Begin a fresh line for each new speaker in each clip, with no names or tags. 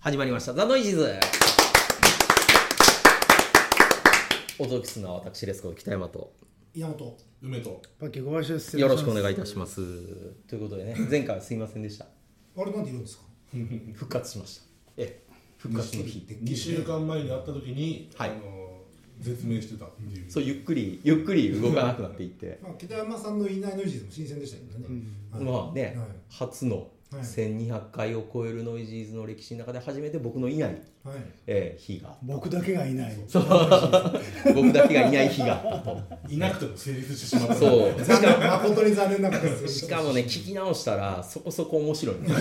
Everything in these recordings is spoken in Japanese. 始まりました。ザ・ノイジーズお届けするのは私、レスコの北山と
山本
梅と
パッキー小林です。
よろしくお願いい
い
たします。ということ でね、前回はすいませんでした。
あれなんて言うんですか
復活しました。ええ、復活の日。
2週間前に会った時に、
はい
あの絶命してたっていう
そう、ゆっくり、ゆっくり動かなくなっていって、
まあ北山さんのいないノイジーズも新鮮でしたけどね、はい
まあね
はい、
初の
はい
1200回を超えるノイジーズの歴史の中で初めて僕のいない、
はい
ええ日が、
僕だけがいない。
僕だけがいない日があったと。
いなくても成立してしまった
そう。
残念誠に残念ながらです
しかもね、聞き直したら、そこそこ面白いね。
そ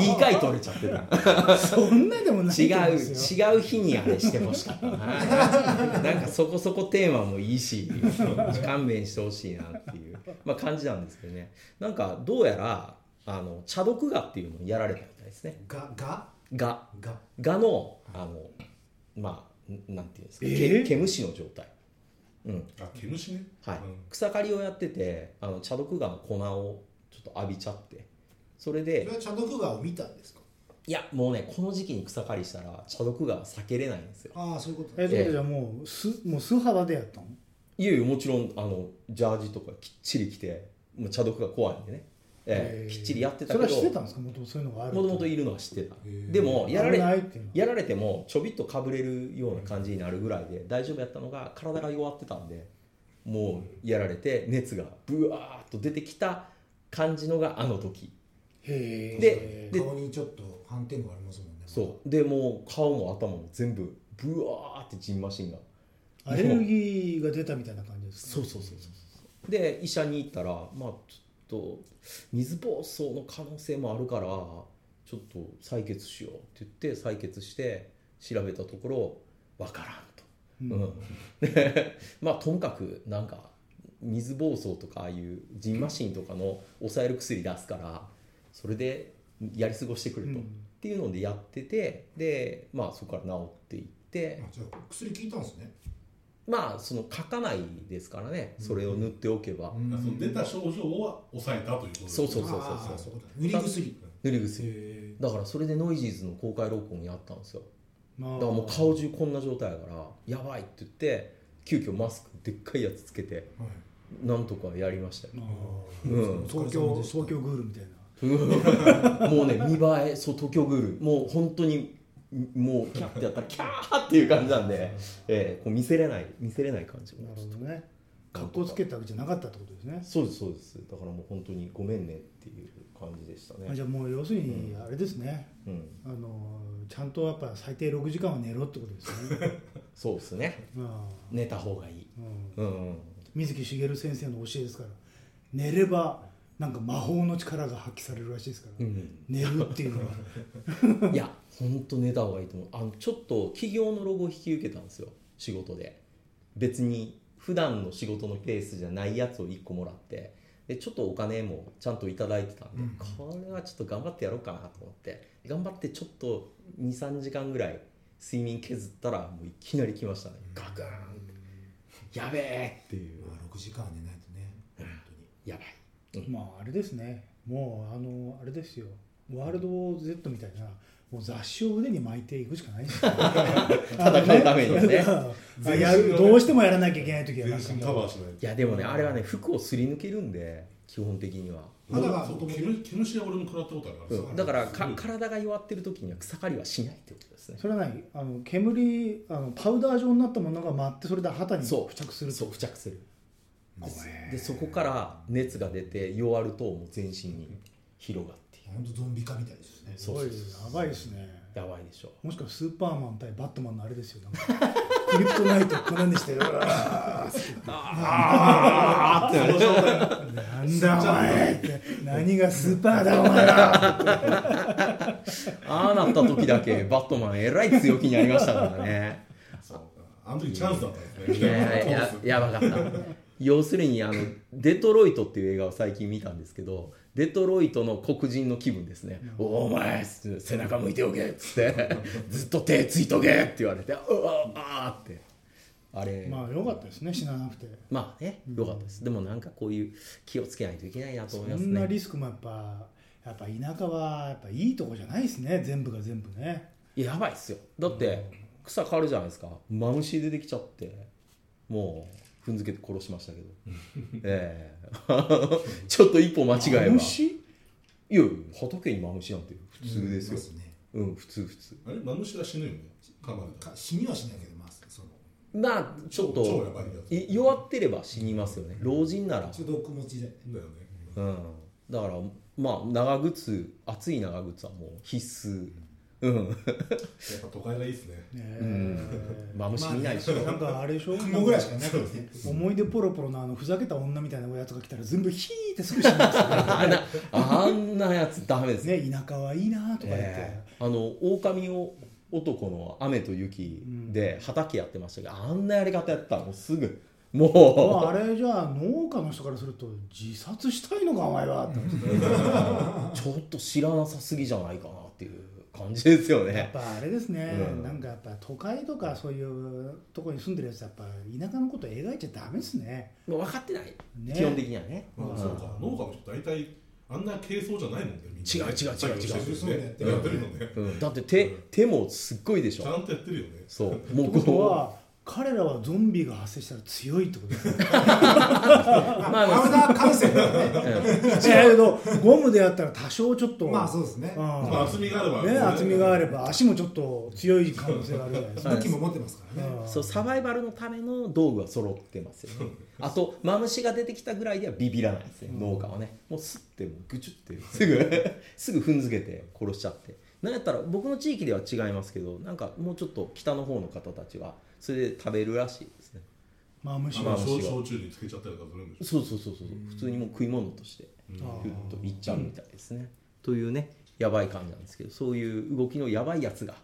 いい回取れちゃってた。
う。そんなでもないと
違
思うん
う
ですよ。
違う日にあれしてほしかったななんかそこそこテーマもいいし勘弁してほしいなっていう、まあ、感じなんですけどねなんかどうやらあの茶毒画っていうのをやられたみたいですね
がが
画
が
画のあのまあんなんていうんですか、
え
け
ー
毛虫の状態、うん
あ毛虫ね
はい
うん
草刈りをやっててあの茶毒画の粉をちょっと浴びちゃってそれで
それは茶毒川を見たんですか
いやもうねこの時期に草刈りしたら茶毒画は避けれないんですよ
ああそういうこと
え
ね
ということじゃもうすもう素肌でやったの。
いやいやもちろんあのジャージとかきっちり着てもう茶毒が怖いんでね、ええ
へー
きっちりやってた
そ
け
れ
ど
は知ってたんですか。もともとそういうのがある。
もともといるのは知ってたでもやられ
危ないっていうのは
やられてもちょびっとかぶれるような感じになるぐらいで大丈夫やったのが体が弱ってたんでもうやられて熱がブワーッと出てきた感じのがあの時
へ
で
え。
で
顔にちょっと斑点がありますもんね
そうでもう顔も頭も全部ブワーってジンマシンが
アレルギーが出たみたいな感じです
そ
か。
うそうそうそうそうで医者に行ったらまあちょっと水疱瘡の可能性もあるからちょっと採血しようって言って採血して調べたところわからんと、うん でまあともかくなんか水疱瘡とかああいうジンマシンとかの抑える薬出すからそれでやり過ごしてくれと、
うん
っていうのでやっててでまあそこから治っていって、
あじゃあ薬効いたんですね
まあその書かないですからね、それを塗っておけば、
だからその出た症状は抑えたということですね
そうそうそう
ああ
そう
いうことね塗り薬
塗り薬
へ
だからそれでノイジーズの公開録音やったんですよ
まあ
だからもう顔中こんな状態やからやばいって言って急遽マスクでっかいやつつけて
えはい
なんとかやりましたよ
まあ
うん
東京東京グールみたいな。
もうね見栄えそう東京グールもう本当にもうキャッてやったらキャーっていう感じなんで、ええこう見せれない見せれない感じ
な
も
るほどね。格好つけたわけじゃなかったってことですね。
そうですそうですだからもう本当にごめんねっていう感じでした
あ
ね
じゃあもう要するにあれですね。
うん
あのちゃんとやっぱ最低6時間は寝ろってことで すね。
そうですね
まあ。
寝た方がいい
うん
うん
水木しげる先生の教えですから寝ればなんか魔法の力が発揮されるらしいですから、
うん
寝るっていうのは
いや本当寝た方がいいと思うあのちょっと企業のロゴを引き受けたんですよ仕事で別に普段の仕事のペースじゃないやつを1個もらってでちょっとお金もちゃんと頂いただいてたんで、
うん
これはちょっと頑張ってやろうかなと思って頑張ってちょっと23時間ぐらい睡眠削ったらもういきなり来ましたねガクーンってやべえっていう
まあ6時間は寝ないとね本当に
や ばい
まああれですねもうあのあれですよワールド Z みたいなもう雑誌を腕に巻いていくしかないですよ
戦うためにはね
あやるどうしてもやらなきゃいけない時はなんか
全身カバーしない
いやでもねあれはね服をすり抜けるんで基本的には
肌が
そう
求め
毛
る
虫毛虫は俺も食らったことあるから
うんだからか体が弱ってる時には草刈りはしないってことですね
それは何あの煙あのパウダー状になったものが舞ってそれで肌に
そう
付着する
そ
と
う付着するで
怖え
でそこから熱が出て弱るともう全身に広がってい
本当ゾンビ化みたいですよね
う
す
そう
ご
そ
いうや
そう
ばいですね
やばいでしょ
もしくはスーパーマン対バットマンのあれですよ。なんかクリプトナイトこんなんでしてる。
ああってなる
なんだお前って。何がスーパーだお前ら。
ああなった時だ けバットマンえらい強気になりましたからね
そうあの時チャンスだったんです
い
ね
やいややばかった要するにあのデトロイトっていう映画を最近見たんですけどデトロイトの黒人の気分ですね「おお前背中向いておけ」っつって「ずっと手ついとけ」って言われて「うわあ」ってあれ
まあ良かったですね。死ななくて。
まあね、良かったです。でもなんかこういう気をつけないといけないなと
そ
思います
んな
ね。
リスクもやっぱやっぱ田舎はやっぱいいとこじゃないですね全部が全部ね
いややばいっすよだって草変わるじゃないですかマムシ出てきちゃってもう踏んづけて殺しましたけどえ えちょっと一歩間違えば
虫
いやいや畑にマムシなんて普通ですよ
ま、ね
うん普通普通
あれマムシは死ぬよね噛まれたら
か死にはしないけどまあその
まあちょっ
超超や
と
ばいやつ
い弱ってれば死にますよね老人なら
ちょうど奥持ちで
だよね
うん、だからまあ長靴暑い長靴はもう必須うん、
やっぱ都会がいいですね
ね
うん、マムシ見ないでしょ、
なんかあれでしょ
雲ぐらいしかないからね
思い出ポロポロのあのふざけた女みたいなおやつが来たら全部ヒーってすぐしますよ
あんなあんなやつダメですね
ね田舎はいいなとか言って、
ええあの狼を男の雨と雪で畑やってましたけど、あんなやり方やったらもうすぐ
ま
も
あ、あれじゃあ農家の人からすると自殺したいのかお前はって思って
うちょっと知らなさすぎじゃないかなっていう感じですよ
やっ
ね
ぱあれですね、
うん
なんかやっぱ都会とかそういうとこに住んでるやつやっぱ田舎のこと描いちゃダメですね
もう分かってない、
ね
基本的にはね、
まあそうか農家の人大体あんな軽装じゃないもんねみんな
違う
ね
違う違う違う
作業してるよね
そうだよ
やってるよね
うん、だって手手もすっごいでし
ち
ょ
ゃんとやってるよね
そうも
っ
う
てことは彼らはゾンビが発生したら強いってことですね
まあ
パ
まあ
ウダー感染だからね
だけどゴムでやったら多少ちょっと
まあそうですね
うん
まあ厚みがあれば
ね、厚みがあれば足もちょっと強い可能性があるじゃないですか。
武器も持ってますからね
うん
そうサバイバルのための道具は揃ってますよねあとマムシが出てきたぐらいではビビらないですね農家はねもうすってもうぐちゅってすぐ すぐ踏んづけて殺しちゃってなんやったら僕の地域では違いますけどなんかもうちょっと北の方の方たちはそれで食べるらしいですね
まあむし
まあ、
ろ
まあ
焼焼酎につけちゃったりとかするんでし
そ
ょ
うそうそうそう普通にもう食い物として
あ
ふっといっちゃうみたいですねというねやばい感じなんですけどそういう動きのやばいやつが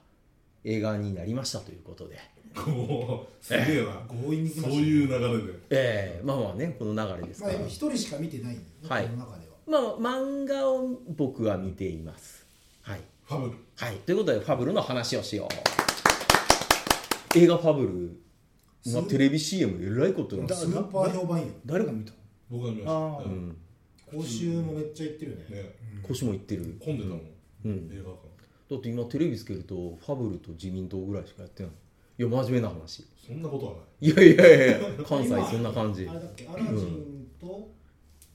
映画になりましたということで
こうすげえな
強引に行きま
そう
したね
いう流れで
ええまあまあねこの流れです
ま
か
あ
ら
でも一人しか見てないんだ
はい
よねこの中では
まあ、漫画を僕は見ています。はい。
ファブル
はい。ということで、ファブルの話をしよう。映画ファブル、まあ、テレビ CM でえらいことなんです
スーパー評判よ
誰が見た
僕が見ました
あー
う
うんん。
講習もめっちゃ行ってるよね
ね
腰もいってる。
混んでたもん
うん。
映画館
だって今テレビつけると、ファブルと自民党ぐらいしかやってない。いや、真面目な話。
そんなことはない
いやいやいやいや、関西そんな感じ。
あれだっけアラジンと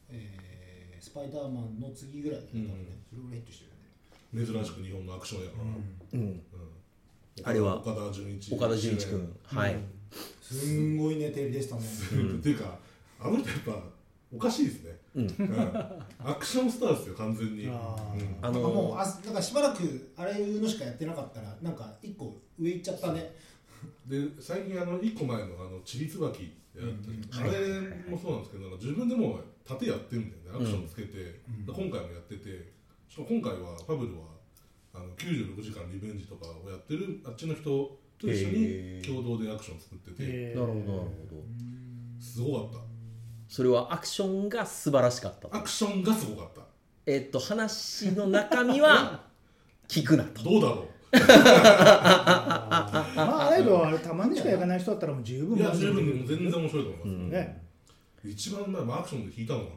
えースパイダーマンの次ぐらいだよね多分ねそれぐらいヒットしてるよね
珍しく日本のアクションやから、
うん。
うん
あれは
岡田准一
岡田准一君。はい。
すんごいね手入れしたね
っていうかあの人やっぱおかしいですね、
うん
アクションスターですよ完全に、うん
あ
あ
なんかも
の
うあだからしばらくあれいうのしかやってなかったらなんか一個上行っちゃったね
で最近あの1個前のあの「ちりつばき」やったりあれもそうなんですけどなんか自分でもう盾やってるんだよねアクションつけて、で今回もやっててしかも今回はファブルはあの96時間リベンジとかをやってるあっちの人と一緒
へ
に
ー
共同でアクション作ってて
な
え
る
ー
ほど、なるほど。
すごかっ
それはアクションが素晴らしかった
たア。クションがすごかった
えっと、話の中身は聞くなと。
どうだろ
まあだけどあれたまにしか焼かない人だったらもう十
う
分
いや十
でき
分
る
全然面白いと思います、
ね
一番前もアクションで引いたのはね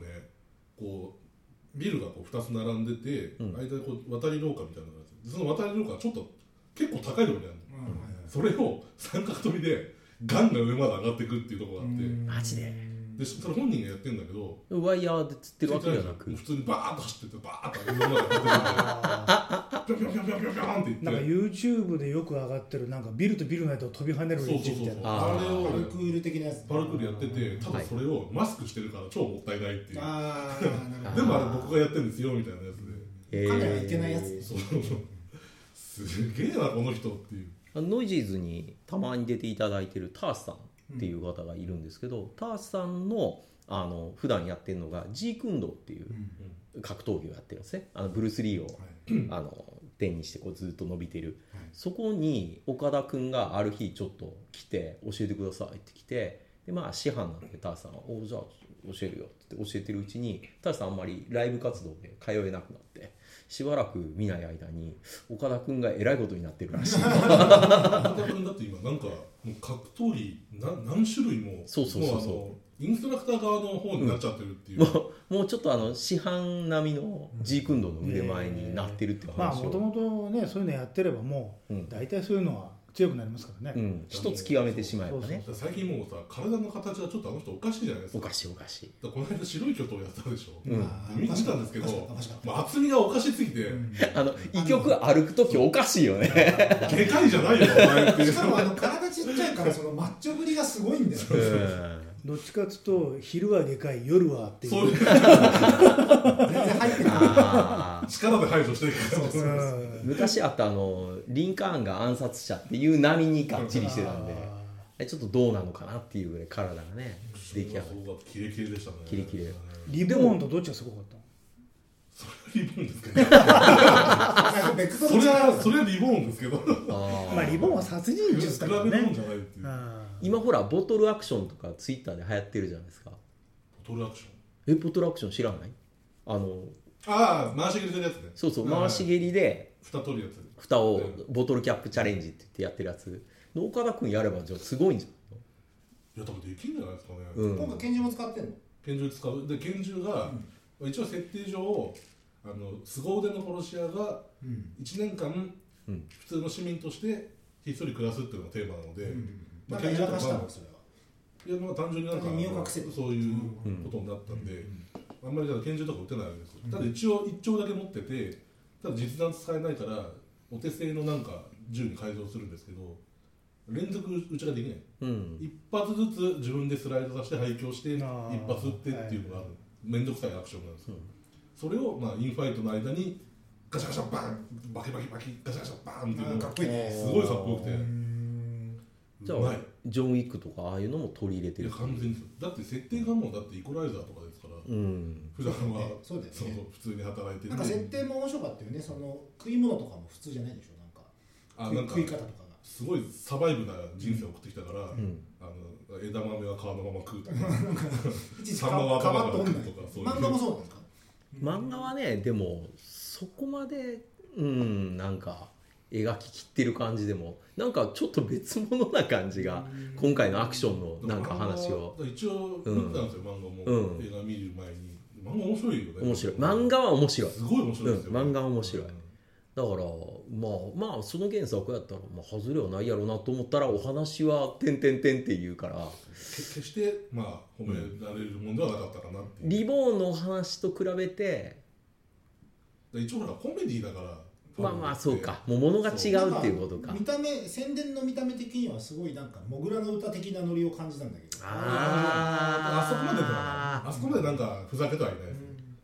こうビルがこう2つ並んでて、間にこう渡り廊下みたいなのがあってその渡り廊下はちょっと結構高いところにあるの、それを三角飛びでガンガン上まで上がっていくっていうところがあって、
マジで
でそれ本人がやってんだけど
ワイヤーで釣ってるわけじゃな
も
く
う普通にバーッと走ってってバーッと上まで上がってくるんだよピョンピョンピョンピョンピョンピョンっていって
なんか YouTube でよく上がってるなんかビルとビルの間を飛び跳ねる
そう
位
そ
置
うそ
み
うそ
た
う
いな
あー
あれを
パ
ね
ルクール的なやつ
パルクールやっててただそれをマスクしてるから超もったいないっていう、
あーなるほ
で
ど
もあれ僕がやってるんですよみたいなやつで。
え
カメラいけないやつでしょ
そうすげえなこの人っていう
ノイジーズにたまに出ていただいてるタースさんっていう方がいるんですけど、タースさんのあの普段やってるのがジークンドーっていう格闘技をやってるんですねあのブルース・リーを、あの点にしてこうずっと伸びてる、そこに岡田君がある日ちょっと来て教えてくださいって来てでまあ師範なんでタースさんは「おじゃあ教えるよ」って言って教えてるうちにタースさんあんまりライブ活動で通えなくなってしばらく見ない間に岡田君がえらいことになってるらしい
中田君だって今なんかもう格闘技な何種類も
そうそうそうそう
もインストラクター側の方になっちゃってるっていう、
もうもうちょっとあの市販並みの G クンドーの腕前になってるっていう
まあ
話を、
もともとねそういうのやってればもう
うん
大体そういうのは強くなりますから
う
ね、
ん、一つ極めてしまえばね
だから最近もうさ体の形はちょっとあの人おかしいじゃないです
お
か
かしいおかしい
だからこの間白い巨頭やったでしょ、
うん
まあ
見てたんですけ
おか
ど
しかったおかしかった
まあ、厚みがおかしすぎて、
うん
あの医局歩く時おかしいよね
でかいじゃないよお前ってい
し
う
かもあの体ちっちゃいからそのマッチョぶりがすごいん だよ
う
ね
ん
どっちかっつうと昼はでかい夜はっていう
そういう
全然入ってない
あー
力で排除していくから
うん
昔あったあのリンカーンが暗殺者っていう波にがっちりしてたんで
あ
ちょっとどうなのかなっていうぐらい体がね出来上がる
キレキレでしたね
キレキレ
うん
ーリボンとどっちがすごかったの
それはリボンですけどね
ベクト
そ
ル違
れ
う
はそれはリボンですけど比 べ
あー
まあリボンは殺人術だから
るもん
ね
じゃないっていうボ
あー
今ほらボトルアクションとかツイッターで流行ってるじゃないですか
トルアクション
えボトルアクション知らないあの
ああ回し蹴りするやつね
そうそう
はい
回し蹴りで
蓋取るやつ
蓋を
う
ボトルキャップチャレンジって言ってやってるやつの岡田君やればじゃあすごいんじゃ
いや多分できるんじゃないですかね、
ん、う
今
ん
回、拳銃も使ってんの
拳銃使うで拳銃が、一応設定上あの凄腕の殺し屋が
うん
1年間、
うん
普通の市民としてひっそり暮らすっていうのがテーマなので、
なんかやらかしたのそれはい
やまあ単純になんか
身を隠せる
そういうことになったんで、あんまりだから拳銃とか撃てないわけですよ、ただ一応一丁だけ持っててただ実弾使えないからお手製のなんか銃に改造するんですけど連続撃ちができない
うん、
一発ずつ自分でスライドさせて廃墟して一
あー
発撃ってっていうのがある面倒くさいアクションなんですよ、それをまあインファイトの間にガシャガシャバーンバキバキバキガシャガシャバーンっていう
あ
の
ー
が
かっこいいね
すごいかっこよくて
う
うん
じゃあ
まい
ジョン・ウィックとかああいうのも取り入れて
い
る
や完全にそうだって設定がもうだってイコライザーとかですから、
うん
普段は
そうだよね
そうそう普通に働いてて
なんか設定も面白かったよねその食い物とかも普通じゃないでしょなんか
あなんか
食い食い方とかが
すごいサバイブな人生を送ってきたから、
ん
あの枝豆は皮のまま食うと か
一時
サンマは
かばっと
頭
女
から来るとかそういう
漫画もそうなんですか
漫画はねでもそこまでうんなんか描ききってる感じでもなんかちょっと別物な感じが今回のアクションのなんか話を
だから一応
うん
見たんですよ、漫画も、
うん
映画見る前に漫画面白いよね
面白い漫画は面白い
すごい面白いですよ、
うん漫画は面白い
うん
だからまあまあその原作やったら、まあ、外れはないやろうなと思ったらお話は「てんてんてん」って言うから
け決してまあ褒められるもんではなかったかなっていう、だか
リボーンのお話と比べて
ら一応ほらコメディだから
まあまあそうかもう物が違うっていうことか
なん見た目宣伝の見た目的にはすごいなんかモグラの歌的なノリを感じたんだけど
あ
あそこまでだなあそこまでなんかふざけてはいないです、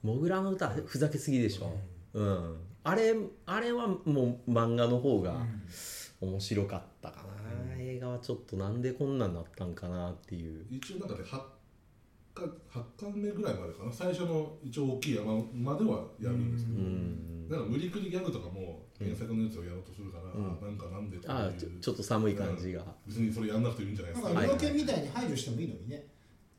モグラの歌ふざけすぎでしょ、うん、あれあれはもう漫画の方が面白かったかな、映画はちょっとなんでこんなんなったんかなっていう
一応なんかね8巻八巻目ぐらいまでかな最初の一応大きい山まではやるんですけ
う
ど、
ん
なんか無理くりギャグとかも原作のやつをやろうとするから、
ん
なんかなんでと
あ
か
あ
いう
ちょちょっと寒い感じが、
別にそれやんなくていいんじゃないで
な
す
ん
か、
は
か
い
無料券みたいに排除してもいいのにね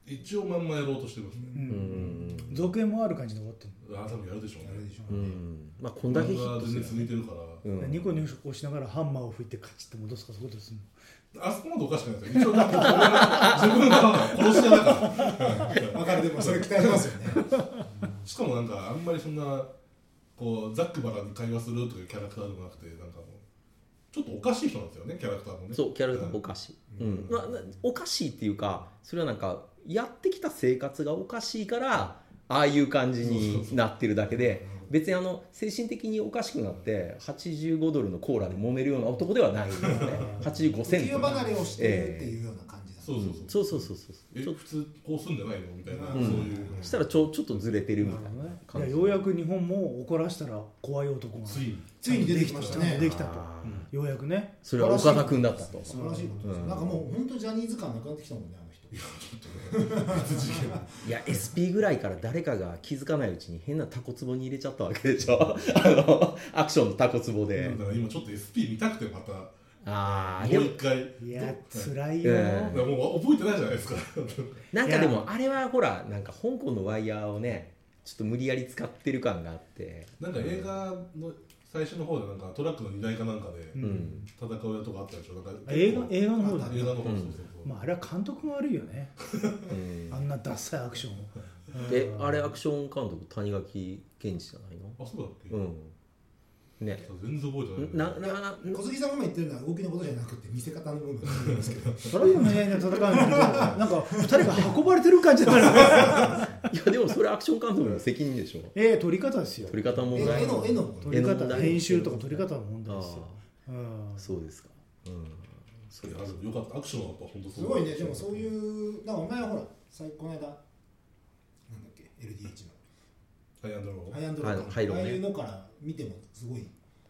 一応まんまやろうとしてますね、
うん
続編もある感じで終わってる
ああ多分やるでしょうね
やるでしょ
うんまあこんだけヒットする
全然続いてるから、
うん
ニコニコしながらハンマーを吹いてカチッて戻すかそういうことでする
あそこまでおかしくないですよ一応なんか自分が殺し屋だから
わかるでもそれ鍛えますよね
しかもなんかあんまりそんなこうザックバラに会話するというキャラクターでもなくてなんかもうちょっとおかしい人なんですよねキャラクターもね
そうキャラクターおかしい、うんまあ、なおかしいっていうかそれはなんかやってきた生活がおかしいからああいう感じになってるだけで別にあの精神的におかしくなって85ドルのコーラで揉めるような男ではないんですね85セン
浮世
ト
離れをしてるっていうような感じだ
そうそうそう
そうそうそうそう
え
ちょっ
普通こうすんじゃないのみたいな、
うん
そういう
としたらちょちょっとずれてるみたいな
のい
感
や
じ
ようやく日本も怒らしたら怖い男が
ついに
ついに出てきましたね
出てきたと
あ
ようやくね
それは岡田君だったと
素晴らしいことです、なんかもう本当ジャニーズ感なくなってきたもんねあの人
いや SP ぐらいから誰かが気づかないうちに変なタコツボに入れちゃったわけでしょ あのアクションのタコツボで、
だから今ちょっと SP 見たくてまたも
ああ
う
でも
一回
い
ど
や
う
辛いよ、
え
だからもう覚えてないじゃないですか
なんかでもあれはほらなんか香港のワイヤーをねちょっと無理やり使ってる感があって
なんか映画の最初の方でなんかトラックの荷台かなんかで
う
うんん、
戦うやとかあったでしょなんか
映画
映
映画の方だ
画
ね
の方そううんそうそう、
まああれは監督が悪いよね
うん
あんなダッサいアクションを
であれ
う
ア
ん
クション監督谷垣健二じゃないの
あそうだっけ、
うんね
全然覚えてない
ななな
小杉さんが今言ってるのは動きのことじゃなくて見せ方の部分なんですけ ど
トラックの恋愛の戦いなんてなんか二人が運ばれてる感 じになる
いやでもそれアクション監督の責任でしょ
ええ撮り方ですよ
撮り方も
絵の絵の絵の
撮り
絵の問
方
題
編集とか撮り方の問題
あ
ですよ、うん
あ、そうですかうんそ
い
れ
や
は
よかったアクションはやっぱ本当
すごいねでもそういうだからお前はほら最この間なんだっけ LDH
ハイアンドロ
の
ー
ハイアンドロー
はいハイロー
あ
ね
あいうのから見てもすごい、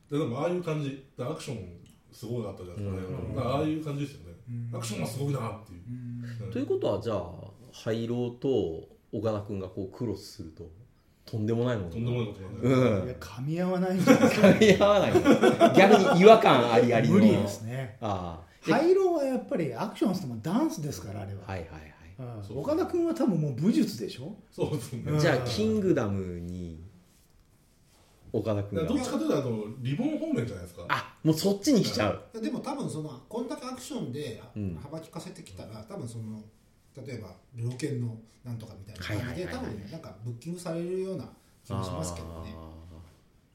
でなんかああいう感じでアクションすごいあったじゃないですか、
うん
ねああいう感じですよね、アクションがすごいなっていう
う、ん
うん
ということはじゃあ廃炉と岡田君がこうクロスするととんでもないもの
とんでもないことなんだ
う
よ、
いや
ん
噛み合わないんじゃないですか
噛み合わない逆に違和感ありありの
無理ですね
ああで
廃炉はやっぱりアクションしてもダンスですからあれは、
はいはいは
うん
そう
岡田君は多分もう武術でしょ
そうですね、
うん
いじゃあキングダムに岡田君
だからどっ
が
ちかというとあのリボン方面じゃないですか
あもうそっちに来ちゃう
でも多分そのこんだけアクションであ
うん
幅利かせてきたら、多分その例えば「猟犬のなんとか」みたいな感じで
はい
多
はいはいはい
分なんかブッキングされるような気もしますけどね
あ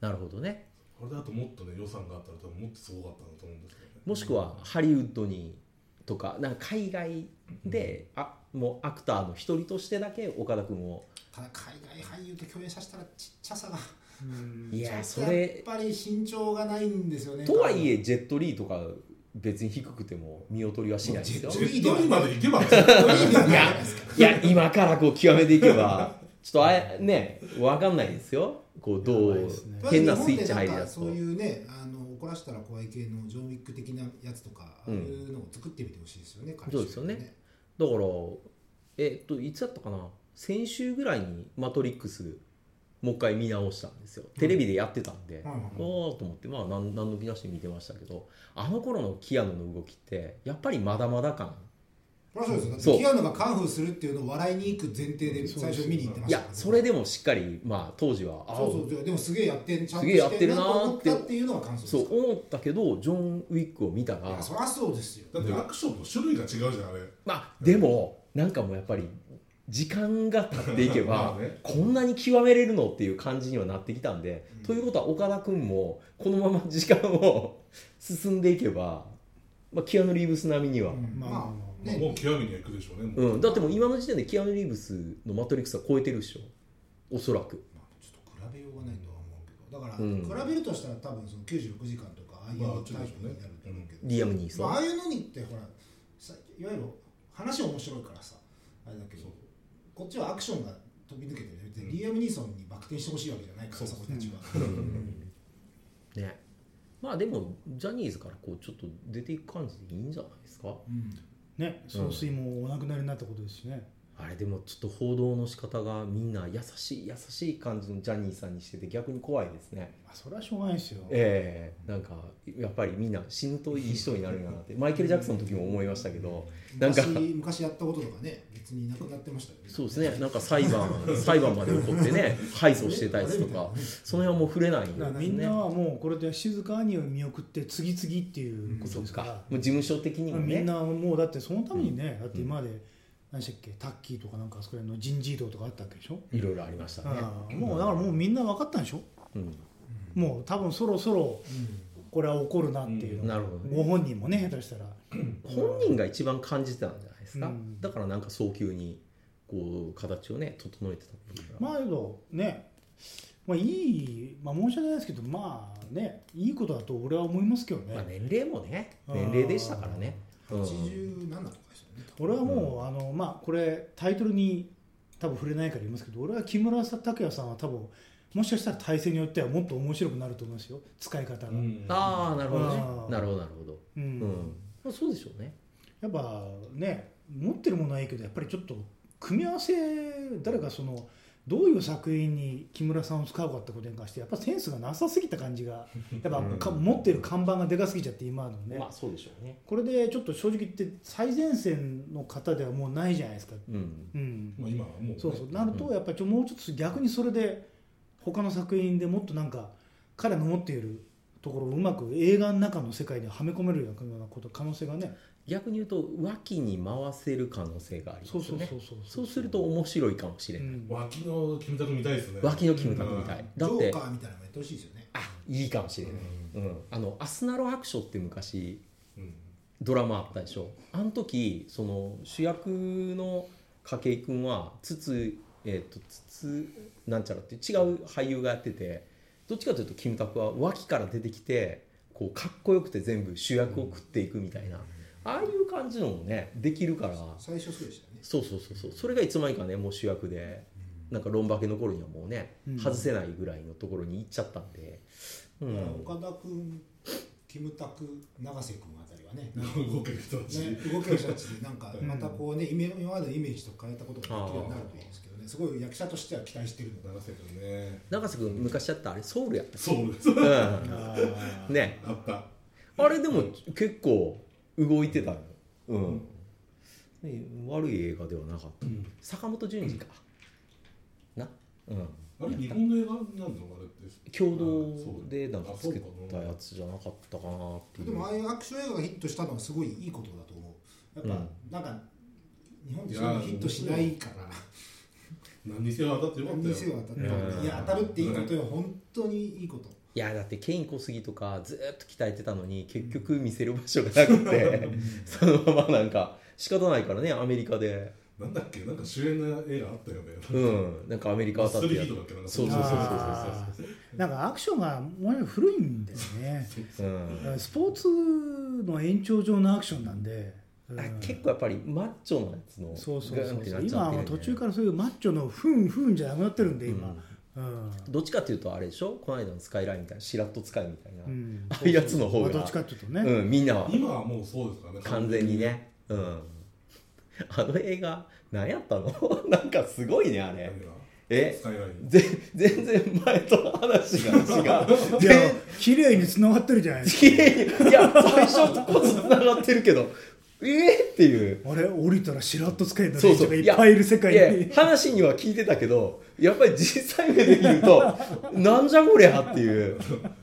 ーなるほどね
これだともっとね予算があったら多分もっとすごかったなと思うんですけどね
もしくはハリウッドにとかなんか海外で、あもうアクターの一人としてだけ岡田君を
ただ海外俳優と共演させたらちっちゃさが
いや
ち
そ
ょっとやっ
れ
ぱり身長がないんですよね
とはいえジェットリーとか別に低くても見劣りはしないですよ
ジ
ジ
ェット
ェット
リー
リー
ま
ま
で
で行けば
彼女いい意味なんじゃないですか
いや今からこう極めていけばちょっとあやね分かんないですよこうど
やばいうですね
変なスイッチ入り
ま
だ
あ日
す
本
と
でなんかそういうねあの怒らせたら怖い系のジョン・ウィック的なやつとか、
うん
ああいうのを作ってみてほしいですよね
そうですよねだからえっといつだったかな先週ぐらいに「マトリックス」もう一回見直したんですよテレビでやってたんで、
はいはいはい
おーと思ってまあ何何度見出して見てましたけどあの頃のキアヌの動きってやっぱりまだまだ感
そりゃそうですよだっ
そ
て
う
キアヌがカンフーするっていうのを笑いに行く前提で最初見に行ってま
い
した
や
からね
それでもしっかりまあ当時はあー
そうそうそうでもすげえやってんちゃん
す
と
げえやってるな
と思
ー
っ
って
たっていうのは感想です
そう思ったけどジョン・ウィックを見た
い
ら
やそりゃそうですよ
だってアクションの種類が違うじゃんあれ
まあでもなんかもうやっぱり時間が経っていけ
ま
ば
あね
こんなに極めれるのっていう感じにはなってきたんで、ということは岡田君もこのまま時間を進んでいけば、まあ、キアヌ・リーブス並みには、
うん
まあ
まあ
まあも
ね
う極みには行くでしょうね、も
う
うん
だってもう今の時点でキアヌ・リーブスの「マトリックス」は超えてるでしょおそらく
まあちょっと比べようがないとは思うけどだか
うん
ら比べるとしたら多分その96時間とかああいう
まあ
タイプになると思うけど
リアム・ニー
ま
ソ
ああ
ン
あいうのにってほらさいわゆる話面白いからさあれだけど
そう
こっちはアクションが飛び抜けてる別にリアム・ニーソンにバク転してほしいわけじゃないからさ
そ
こ
う
たちは
ねまあでもジャニーズからこうちょっと出ていく感じでいいんじゃないですか
うん
ね総帥もお亡くなりになったことですしね、
あれでもちょっと報道の仕方がみんな優しい優しい感じのジャニーさんにしてて逆に怖いですね
まあ、それはしょうがないですよ、
ええなんかやっぱりみんな死ぬといい人になるんやなってマイケル・ジャクソンの時も思いましたけどなんか
昔昔やったこととかね別になくなってましたよね
そうですねなんか裁 判裁判まで起こってね敗訴してたやつとかその辺はもう触れないんで
だか
す
ら
ね
みんなはもうこれで静かに見送って次々っていうこ
そ
と
う
です
か
から、
もう事務所的にも
みん
ね
なもうだってそのためにね、だって今まで何でしたっけタッキーとかなんかあそこら辺の人事異動とかあったわけでしょ、
いろいろありましたね
ああもうだからもうみんな分かったんでしょ
うん
もう多分そろそろこれは起こるなっていうのが
なるほどね
ご本人もね下手したら
本人が一番感じてたんじゃないですか、
うん
だからなんか早急にこう形をね整えてたっていうか
まあけどねまあいいまあ申し訳ないですけどまあねいいことだと俺は思いますけどね、
まあ、年齢もね
あー
年齢でしたからね、うん
87とかですよね
俺はもう、あのまあこれタイトルに多分触れないから言いますけど俺は木村拓哉さんは多分もしかしたら体制によってはもっと面白くなると思いますよ使い方が、うん
ん
ああなるほどね
あー
なるほどなるほどうん、まあ、そうでしょうね
やっぱね持ってるものはいいけどやっぱりちょっと組み合わせ誰かそのどういう作品に木村さんを使うかってことに関してやっぱセンスがなさすぎた感 じがやっぱか
うん
持ってる看板がでかすぎちゃって今のね、
まあそうでしょうね。
これでちょっと正直言って最前線の方ではもうないじゃないですか、
うん。
うん、
まあ、今はもう、ね、
そうそうなるとやっぱちょもうちょっと逆にそれで他の作品でもっとなんか彼の持っているところをうまく映画の中の世界にはめ込めるようなこと可能性がね
逆に言うと脇に回せる可能性があります
そ
よ
う
ね。
そうそうそう
そうすると面白いかもしれ
う
ない。
ん
脇のキムタク見たいですね
脇のキムタクみたい。だっ
ジョー
て
カーみたいなのもやってほしいですよね
あいいかもしれない。うん。あのアスナロ白書って昔
うん
ドラマあったでしょあの時その主役の筧君は筒えっ、と筒なんちゃらっていう違う俳優がやっててどっちかというとキムタクは脇から出てきてこうかっこよくて全部主役を食っていくみたいな、ああいう感じのもねできるから
最初そうでしたよね
そうそうそうそうそれがいつまにかねもう主役でなんか論化けの頃にはもうね
うん
外せないぐらいのところに行っちゃったんで、う
だから
ん、
岡田君キムタク永瀬君あたりはねなんか
動ける人たち、
ね、動ける人たちでなんか
うん
またこうねイメ今までのイメージと変えたことができるようになるといいですけどねすごい役者としては期待してるのが
長瀬君ね
永瀬君昔やったあれソウルやっ た
そう
う
あ
んね
あった
あれでも結構動いてたよ、うん悪い映画ではなかった、
ん
坂本淳二か、な、うん、
あれ日本の映画なんのあれって
共同でなんか作ったやつじゃなかったかなっていう
でもああいうアクション映画がヒットしたのはすごいいいことだと思うやっぱ、なんか日本でそういうのヒットしないから
何にせよ当たってよかった
何
よ
にせよ当たっ
うん
たいや当たるっていいことよ本当にいいこと
いやだってケイン小杉とかずーっと鍛えてたのに結局見せる場所がなくて そのままなんか仕方ないからねアメリカで
なんだっけなんか主演の映画あったよね
うんなんかアメリカ当たってやっ
スリーとかってなんか
そうそうそうそう
あーなんかアクションがもう古いんだよね
そううん
スポーツの延長上のアクションなんで、うん
あ結構やっぱりマッチョなやつの
そうそう
ガ
そ
ンっ
う
て
そ
な
う
っち
今
ゃってるよ
はもう
ね
途中からそういうマッチョのフンフンじゃなくなってるんで今、うん
どっちかっていうとあれでしょこの間のスカイラインみたいなシラッと使いみたいな、
うん
ああいうやつの方
ま
が
あどっちかっていうとね、
うん、みんなは
今はもうそうですからね
完全にねうんあの映画何やったの なんかすごいねあ
何
れ
が
え
スカイライン
ぜ全然前と話が違う
いや綺麗に繋がってるじゃないですか
いやいや最初とこつながってるけどえー、っていう
あれ降りたらしらっと使えた
そう
連
そ
中
う
がいっぱいいる世界に
やいや話には聞いてたけどやっぱり実際目で見るとなんじゃこりゃっていう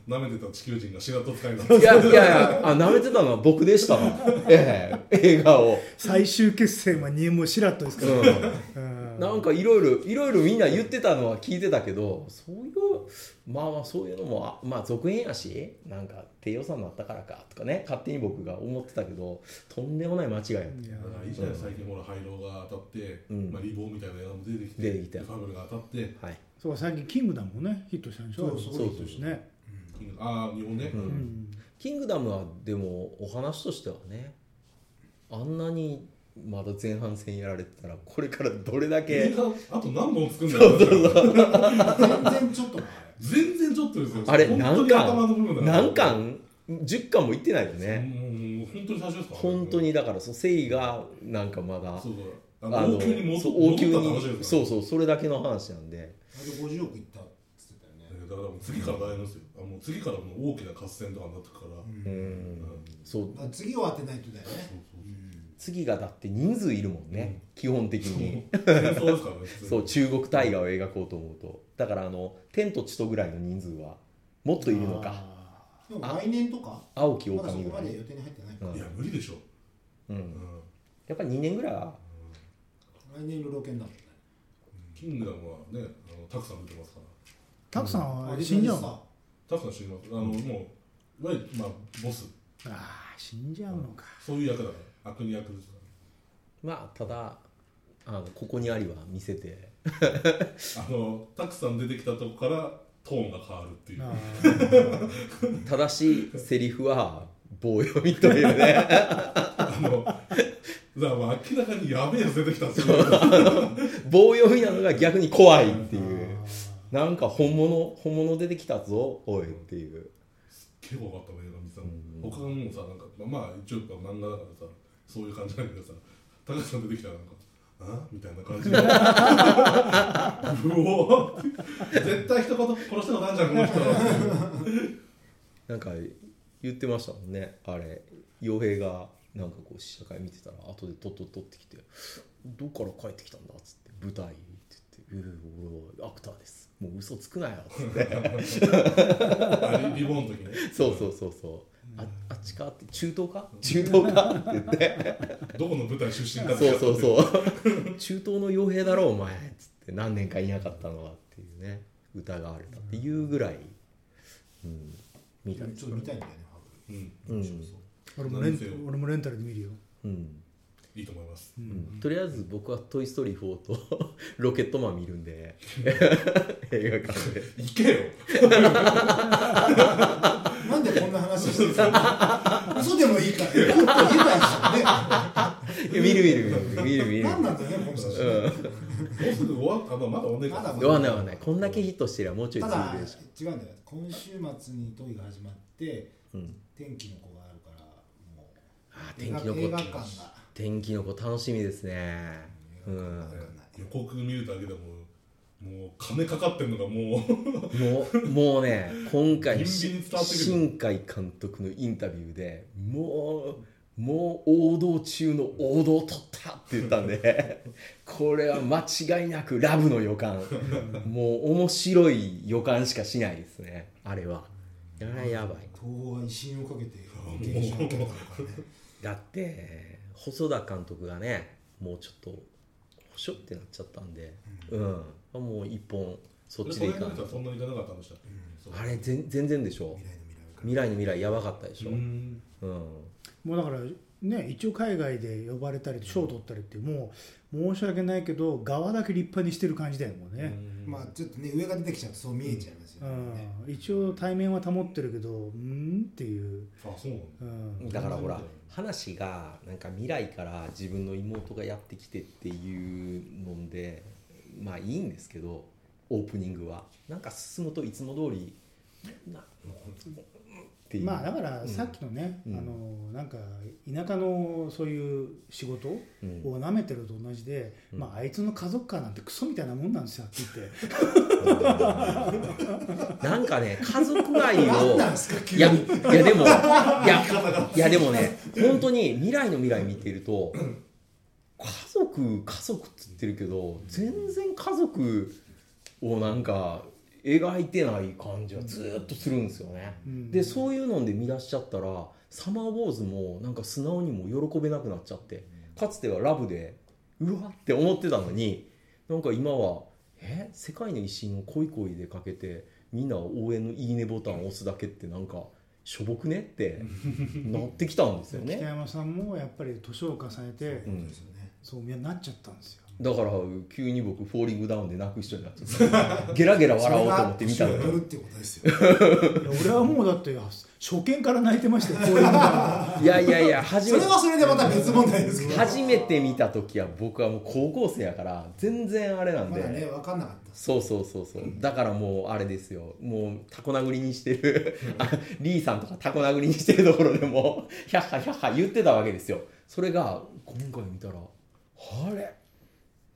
舐めてた地球人がシガト 使いになっ
いやいやい やあ舐めてたのは僕でしたわええ映画を。
最終決戦はニエモしらっとですから、
う
うん
ん、なんかいろいろいろいろみんな言ってたのは聞いてたけどそういうまあまあそういうのもあまあ続編やしなんか低予算だったからかとかね勝手に僕が思ってたけどとんでもない間違いやった
いや
だからいいじゃない最近ほら廃炉が当たって、
うん
まあ、リボンみたいな映画も出てきて
出てきて
ファブルが当たって
はい
そう最近キングダムもねヒットしたんでしょ
そうそう
そうそう
ですね、
ああ日本ね、
うん
うん
「キングダム」はでもお話としてはねあんなにまだ前半戦やられてたらこれからどれだ
映
け
画あと何本作るんだろ う
全然ちょっとな
全然ちょっとですよ
あれ
本当
何
に頭の部
巻
分だ
何巻10巻もいってないよね
もう本当に最初ですから
本当にだからそう誠意がなんかまだ
そうそうあ
あ
の
の
王宮に戻っ
そう
戻
王
っ
宮
たって話
に
です
そう
う
そうそれだけの話なんで
あれ50億いったっつってたよね
だからもう次から大変ですよあもう次からもう大きな合戦とかになってくから、
うん
ん
うん
そう
だから次を当てないとだよね
そうそう
次がだって人数いるもんね、基本的に
戦争ですからね普通に
そう中国大河を描こうと思うとだからあの天と地とぐらいの人数はもっといるのか
あ
でも来年とか
青き
まだそ
狼
こ
ぐら
ま
い、
で予定に入ってないから
う
い
ん
や無理でしょ、
う、
うんん
やっぱり2年ぐらいは
来年の老犬だもんね
キングダムはねあのたくさん出てますから
ーたくさんは死んじゃうのあ
たくさん死にますあの、もういわゆる、まあ、ボス
あー死んじゃうのか
そういう役だから悪役ですから
まあただあのここにありは見せて
あのたくさん出てきたとこからトーンが変わるっていう
あ
正しいセリフは棒読みというね
あのだからもう明らかにやべえやつ出てき たっていう
棒読みなのが逆に怖いって
ー
いう。なんか本物本物出てきたぞおいっていう
結構良かったもん映画見てたの他のもさなんかまあ、まあ、一応やっぱ漫画だからさそういう感じなんだけどさ高橋さん出てきたらなんかあみたいな感じで うお絶対一言この人のなんじゃんこ の人は
なんか言ってましたもんねあれ傭兵がなんかこう試写会見てたら後でとっととってきて「どっから帰ってきたんだ」っつって「舞台」って言って「うー俺はアクターですもう嘘つくなよ」っつって
あリリボンの時ね
そうそうそうそうああっちかって中東か中東かって言って
どこの舞台出身だって
そうそうそう 中東の傭兵だろお前っつって何年かいなかったのはっていうね歌があれだっていうぐらい、うん、みたいです
ちょっと見たいんだよねハ
う、ん、
ブル
うん
面白そう
俺もレ
なんせよ
ン俺もレンタルで見るよ
うん
いいと思います
うんとりあえず僕は「トイ・ストーリー4」と 「ロケットマン」見るん で映画館で
行けよ
なんでこんな話してるの嘘でもいいからよく言えばいいじゃ
いや見る見る見る見る見
ん
る
ね何なんだよねこの人たちね
もうすぐ終わったあまあまだ終わんないか
まだまだ
わかんないわかんないこんだけヒットしてりゃもうちょい
た
続
だ
くでしょ
違うんだよ今週末にトイが始まって
うん
天気の子があるからもう
あー天気の
映画
子
映画館が
天気の子楽しみですねう
わか
ん
んない
予告見るだけでももう金かかってんのがもう
もうもうね今回の
ビンビン伝わってくる
新海監督のインタビューでもうもう王道中の王道を取ったって言ったん でこれは間違いなくラブの予感もう面白い予感しかしないですねあれはあれやばい
東宝は威信をかけて劇場に来たからね
だって細田監督がねもうちょっとほしょってなっちゃったんでうん、もう一本そっちでいか
こ
な
れ
い
これ
と
そんなにいかなかったんでしたっけそう
あれ全全然でしょ
未来の未来から
未来の未来やばかったでしょ、
うん
うん
もうだからね一応海外で呼ばれたり賞取ったりってもう申し訳ないけど側だけ立派にしてる感じだよもうね、
まあちょっとね上が出てきちゃうとそう見えちゃいますよね
うん一応対面は保ってるけどうんっていう、
あそうなん
うん、
だからほら
うん
話がなんか未来から自分の妹がやってきてっていうのでまあいいんですけどオープニングはなんか進むといつも通りなっていう
まあだからさっきのね、
うん
あのなんか田舎のそういう仕事を
うん
舐めてると同じで、
うん
まああいつの家族感なんてクソみたいなもんなんですよはっき り言って
なんかね家族愛
何
を
なんすか急
い
に
やいやでもい やいやでもね本当に未来の未来見ていると家族家族っつってるけど全然家族をなんか描いてない感じはずーっとするんですよね、
うん
でそういうので見出しちゃったら「サマーウォーズ」もなんか素直にも喜べなくなっちゃってかつては「ラブ」でうわって思ってたのになんか今は「え世界の威信を恋恋でかけてみんな応援の「いいね」ボタンを押すだけってなんかしょぼくねって なってきたんですよ
北
ね
山さんもやっぱり年を重
うん
ねて、
そうですよね
そうみんななっちゃったんですよ
だから急に僕「フォーリングダウン」で泣く人になっちゃったゲラゲラ笑おうと思って見た
そ
の
れが年を
よ
取るってことですよ
いや俺はもうだって初見から泣いてましたよこういうのが
いやいやいや初
そ
め
れ
て
はそれでまた別問題ですけど
初めて見た時は僕はもう高校生やから全然あれなん
ま
で、
だね分かんなかった
そうそうそうそうだからもうあれですよもうタコ殴りにしてるあリーさんとかタコ殴りにしてるところでもヒャッハヒャッハ言ってたわけですよそれが今回見たらあれ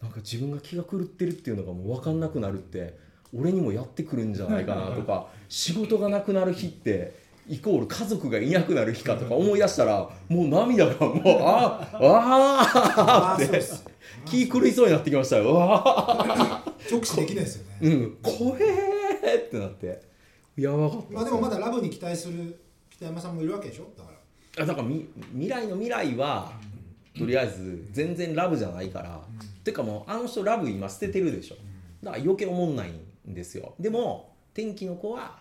なんか自分が気が狂ってるっていうのがもう分かんなくなるって俺にもやってくるんじゃないかなとか仕事がなくなる日ってイコール家族がいなくなる日かとか思い出したらもう涙がもうあああーあー
あーそう
っ
ってす
気狂いそうになってきましたようわあ
直視できないですよね
うん、怖えーってなってやばかった
まあでもまだラブに期待する北山さんもいるわけでしょだから
あだからみ未来の未来はとりあえず全然ラブじゃないから、てかもうあの人ラブ今捨ててるでしょだから余計思んないんですよでも天気の子は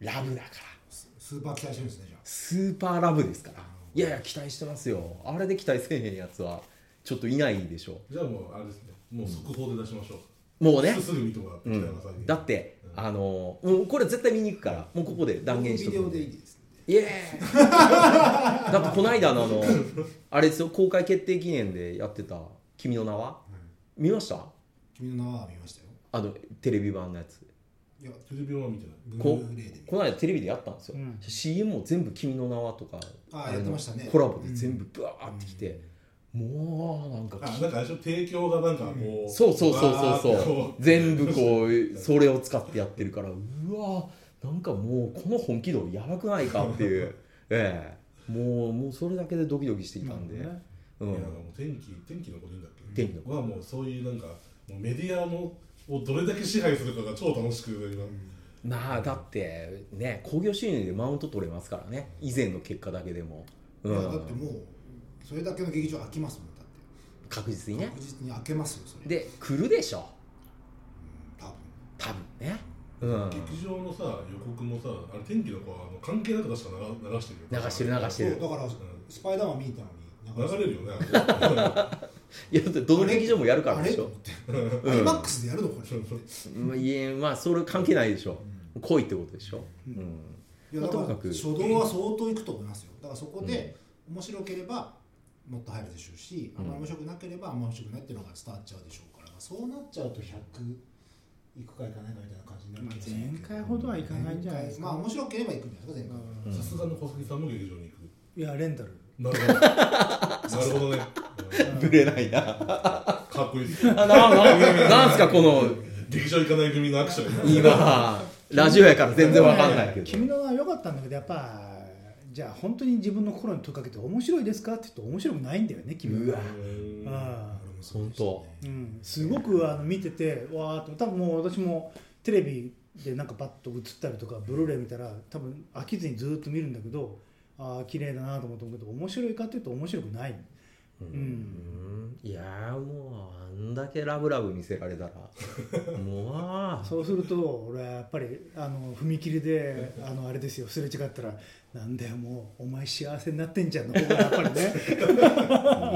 ラブだから
ススーパー期待してるんですねじゃあ
スーパーラブですからいやいや期待してますよあれで期待せえへんやつはちょっといないでしょ
じゃあもうあれですねもう速報で出しましょう、
もうね
すすぐ見てもらって
う
北山さん
ん、
に
だって、あのもうこれ絶対見に行くからもうここで断言しと
ビ
く
デ
ん
オ
で
でいいですね
イエーイ だってこの間のあのあれですよ公開決定記念でやってた「君の名は」見ました
君の名は見ましたよ
あのテレビ版のやつ
いや
テレビは見てない
ブ
こ
ルーレイで見
この間テレビでやったんですよ、
うん
CM も全部「君の名は」とか
あ
れ
ー
の
やってましたね
コラボで全部ブワーってきて、もうなんか
あなんか最初提供がなんかこう、
そうそうそうそう
わーっ
そ
てこ
う全部こ
ん
うそれを使ってやってるからうわーなんかもうこの本気度やばくないかっていうええもうもうそれだけでドキドキしていたんで、
なるほどね
う
いやなんか
ん
もう天気天気のこと言うんだっけ
天気のこ
はもうそういうなんかもうメディアのをどれだけ支配するかが超楽しく今、
まあだってね興行収入でマウント取れますからね以前の結果だけでも、う
いやだって
ん、
もうそれだけの劇場開きますもんだって
確実にね
確実に開けますよそれ
で来るでしょ
多分
多分ねうん
劇場のさ予告もさあれ天気の子はあの関係なく確か流流してるよ
流してる流してる
そうだから、スパイダーマン見に行ったのに
流れるよねあ
いやだってどの劇場もやるからでしょ
あれと思ってアイマックスでやるのこれ
れそう
まあいえまあそれ関係ないでしょ来いってことでしょうん
いやだか
まあと
ら
にかく
初動は相当いくと思いますよだからそこで面白ければもっと入るでしょうし、あんまり面白くなければあんまり面白くないっていうのが伝わっちゃうでしょうからそうなっちゃうと100いくかいかないかみたいな感じになる気がするけど
まあ前回ほどはいかないんじゃないですか
前回まあ面白ければいくんじゃないですか
さすがの小杉さんも劇場に行く
いやレンタル
なるほどなるほどね
ぶれないな
かっこいいですね
なななんすかこの
劇場行かない組のアクション
今ラジオやから全然わかんないけ
君
ど
のは良かったんだけどやっぱじゃあ本当に自分の心に問いかけて面白いですかって言うと面白くないんだよね君
う
は
わ
うん
ああ
全然
本当
うん、すごくあの見ててわーっと多分もう私もテレビでなんかバッと映ったりとかブルーレイ見たら多分飽きずにずーっと見るんだけどああ綺麗だなと思って思うけど面白いかっていうと面白くない、
う
うん、
んいやーもうあんだけラブラブ見せられ たらもう
そうすると俺はやっぱりあの踏切であのあれですよすれ違ったら「なんだよもうお前幸せになってんじゃん」の方がやっぱりね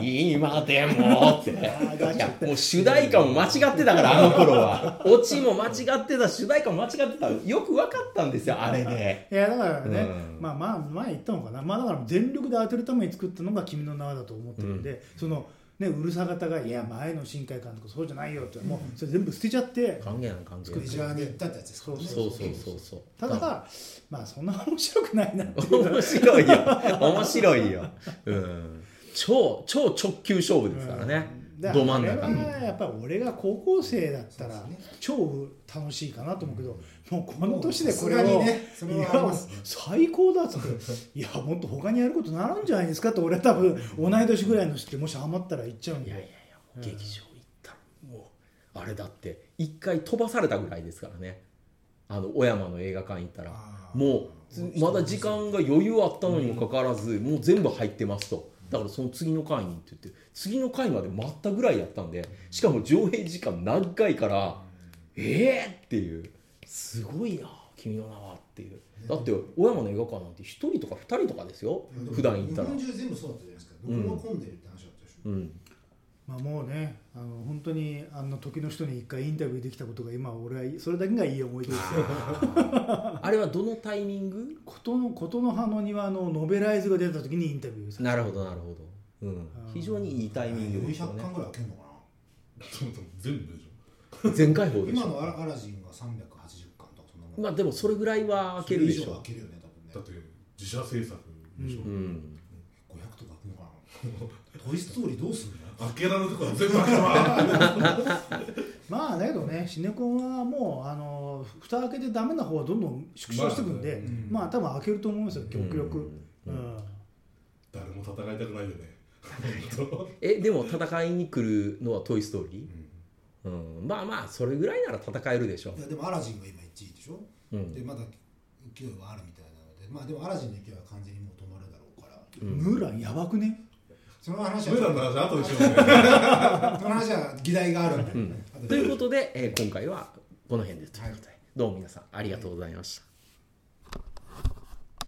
今でもってい
あーガチ
やもう主題歌も間違ってたからあの頃はオチも間違ってた主題歌も間違ってたよく分かったんですよあれで
いやだからね、
うん
まあまあ前言ったのかな、まあ、だから全力で当てるために作ったのが「君の名は」だと思ってるんで、そのねうるさ方が「いや前の新海監督そうじゃないよ」ってもうそれ全部捨てちゃって、
還元なん関係
メジャーに行ったってやつですからね
そうそうそうそう
ただまあそんな面白くないなっていう
面白いよ面白いよ、うん、超超直球勝負ですからね、
だか
ど
ら
真ん中
あれ
に
はやっぱり俺が高校生だったら
そうです
超楽しいかなと思うけど、もうこの年でこれ
さすが
を、
にねそれ
い
は
や
あります
最高だっつっていやもっと他にやることならんじゃないですかって俺は多分同い年ぐらいの人ってもしハマったら行っちゃうん
い
で
やいやいやもう劇場行ったらもうあれだって一回飛ばされたぐらいですからねあの小山の映画館行ったら
あー
もうまだ時間が余裕あったのにもかかわらず、もう全部入ってますとだからその次の回にって言って次の回まで待ったぐらいやったんでしかも上映時間長いから、ええー、っていうすごいな君の名はっていうだって小山の映画館なんて1人とか2人とかですよ普段行ったら
日本中全部そうだったじゃないですかどこも混んでるって話だったでし
う
ょ、
ん
まあ、もうねあの本当にあの時の人に一回インタビューできたことが今俺はそれだけがいい思い出ですよ
あれはどのタイミング
琴の琴の葉の庭のノベライズが出た時にインタビューさ
なるほどなるほど、うん
あー、
非常にいいタイミングですよ
400
ね
巻ぐらい開けるのか
ちょっと全部でしょ
全開放
な
でし
今
ょ
のアラアラジンが380巻とかそんなもん
まあでもそれぐらいは開けるでし
それ以上
ょ
開けるよね多分ね
だって自社制作でし
う
ょ、
ん
500とか開くのかなトイ・ストーリーどうすんの
開けられるとこは全部開けろあ
まあだけどねシネコンはもうあの蓋開けてダメな方はどんどん縮小していくんで、
まあ
うん
まあ多分開けると思いますよ極力、
う
う
んん
誰も戦いたくない よね本当
えでも戦いに来るのは「トイ・ストーリー」うんまあまあそれぐらいなら戦えるでしょ
いやでもアラジンが今1位でしょ、
うん
でまだ勢いはあるみたいなのでまあでもアラジンの勢いは完全にもう止まるだろうから
ムーランやばくね
その話は
ムーランの話後でしようね
その話は議題があるんで、後で
ということで、えー今回はこの辺でということで、どうも皆さんありがとうございました